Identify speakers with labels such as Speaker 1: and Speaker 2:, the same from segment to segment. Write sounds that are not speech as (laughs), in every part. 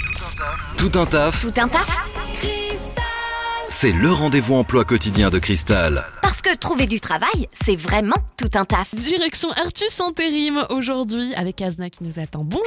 Speaker 1: Tout un taf,
Speaker 2: Tout un taf
Speaker 1: c'est le rendez-vous emploi quotidien de Cristal.
Speaker 2: Parce que trouver du travail, c'est vraiment tout un taf.
Speaker 3: Direction Artus Intérim aujourd'hui avec Azna qui nous attend. Bonjour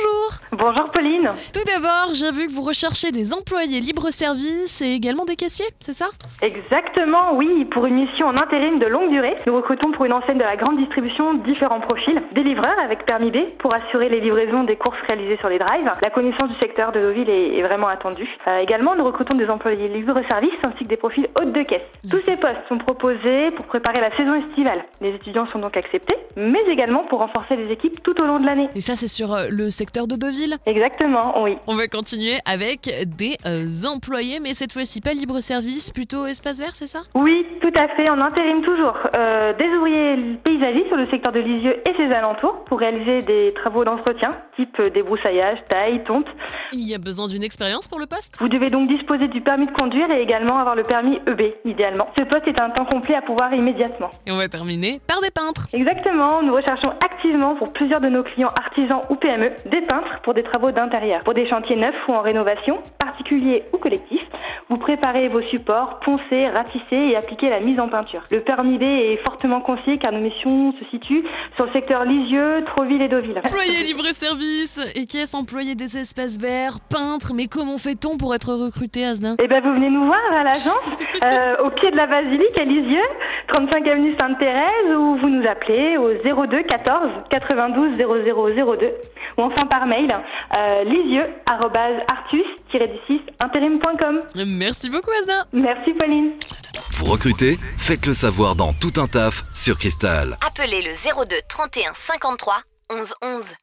Speaker 4: Bonjour Pauline.
Speaker 3: Tout d'abord, j'ai vu que vous recherchez des employés libre-service et également des caissiers, c'est ça
Speaker 4: Exactement, oui, pour une mission en intérim de longue durée, nous recrutons pour une enseigne de la grande distribution différents profils. Des livreurs avec permis B pour assurer les livraisons des courses réalisées sur les drives. La connaissance du secteur de Deauville est, est vraiment attendue. Euh, également, nous recrutons des employés libre-service ainsi que des profils haute de caisse. Tous ces postes sont proposés pour préparer la saison estivale. Les étudiants sont donc acceptés, mais également pour renforcer les équipes tout au long de l'année.
Speaker 3: Et ça, c'est sur euh, le secteur de Deauville.
Speaker 4: Exactement, oui.
Speaker 3: On va continuer avec des euh, employés, mais cette fois-ci pas libre-service, plutôt espace vert, c'est ça
Speaker 4: Oui, tout à fait, en intérim toujours. Euh, des ouvriers paysagistes sur le secteur de Lisieux et ses alentours pour réaliser des travaux d'entretien, type euh, débroussaillage, taille, tonte.
Speaker 3: Il y a besoin d'une expérience pour le poste
Speaker 4: Vous devez donc disposer du permis de conduire et également avoir le permis EB, idéalement. Ce poste est un temps complet à pouvoir immédiatement.
Speaker 3: Et on va terminer par des peintres.
Speaker 4: Exactement, nous recherchons activement pour plusieurs de nos clients artisans ou PME des peintres pour des travaux d'intérieur, pour des chantiers neufs ou en rénovation, particuliers ou collectifs. Vous préparez vos supports, poncez, ratissez et appliquez la mise en peinture. Le permis B est fortement conseillé car nos missions se situent sur le secteur Lisieux, Troville et Deauville. (laughs)
Speaker 3: Employés libre-service et caisse, employés des espaces verts, peintres, mais comment fait-on pour être recruté, Asna
Speaker 4: Eh ben, vous venez nous voir à l'agence, euh, au pied de la basilique à Lisieux, 35 avenue Sainte-Thérèse, ou vous nous appelez au 02 14 92 0002, ou enfin par mail, euh, lisieux-artus-intérim.com.
Speaker 3: Merci beaucoup, Asna
Speaker 4: Merci Pauline.
Speaker 1: Vous recrutez Faites le savoir dans Tout un taf sur Cristal.
Speaker 2: Appelez le 02 31 53 11 11.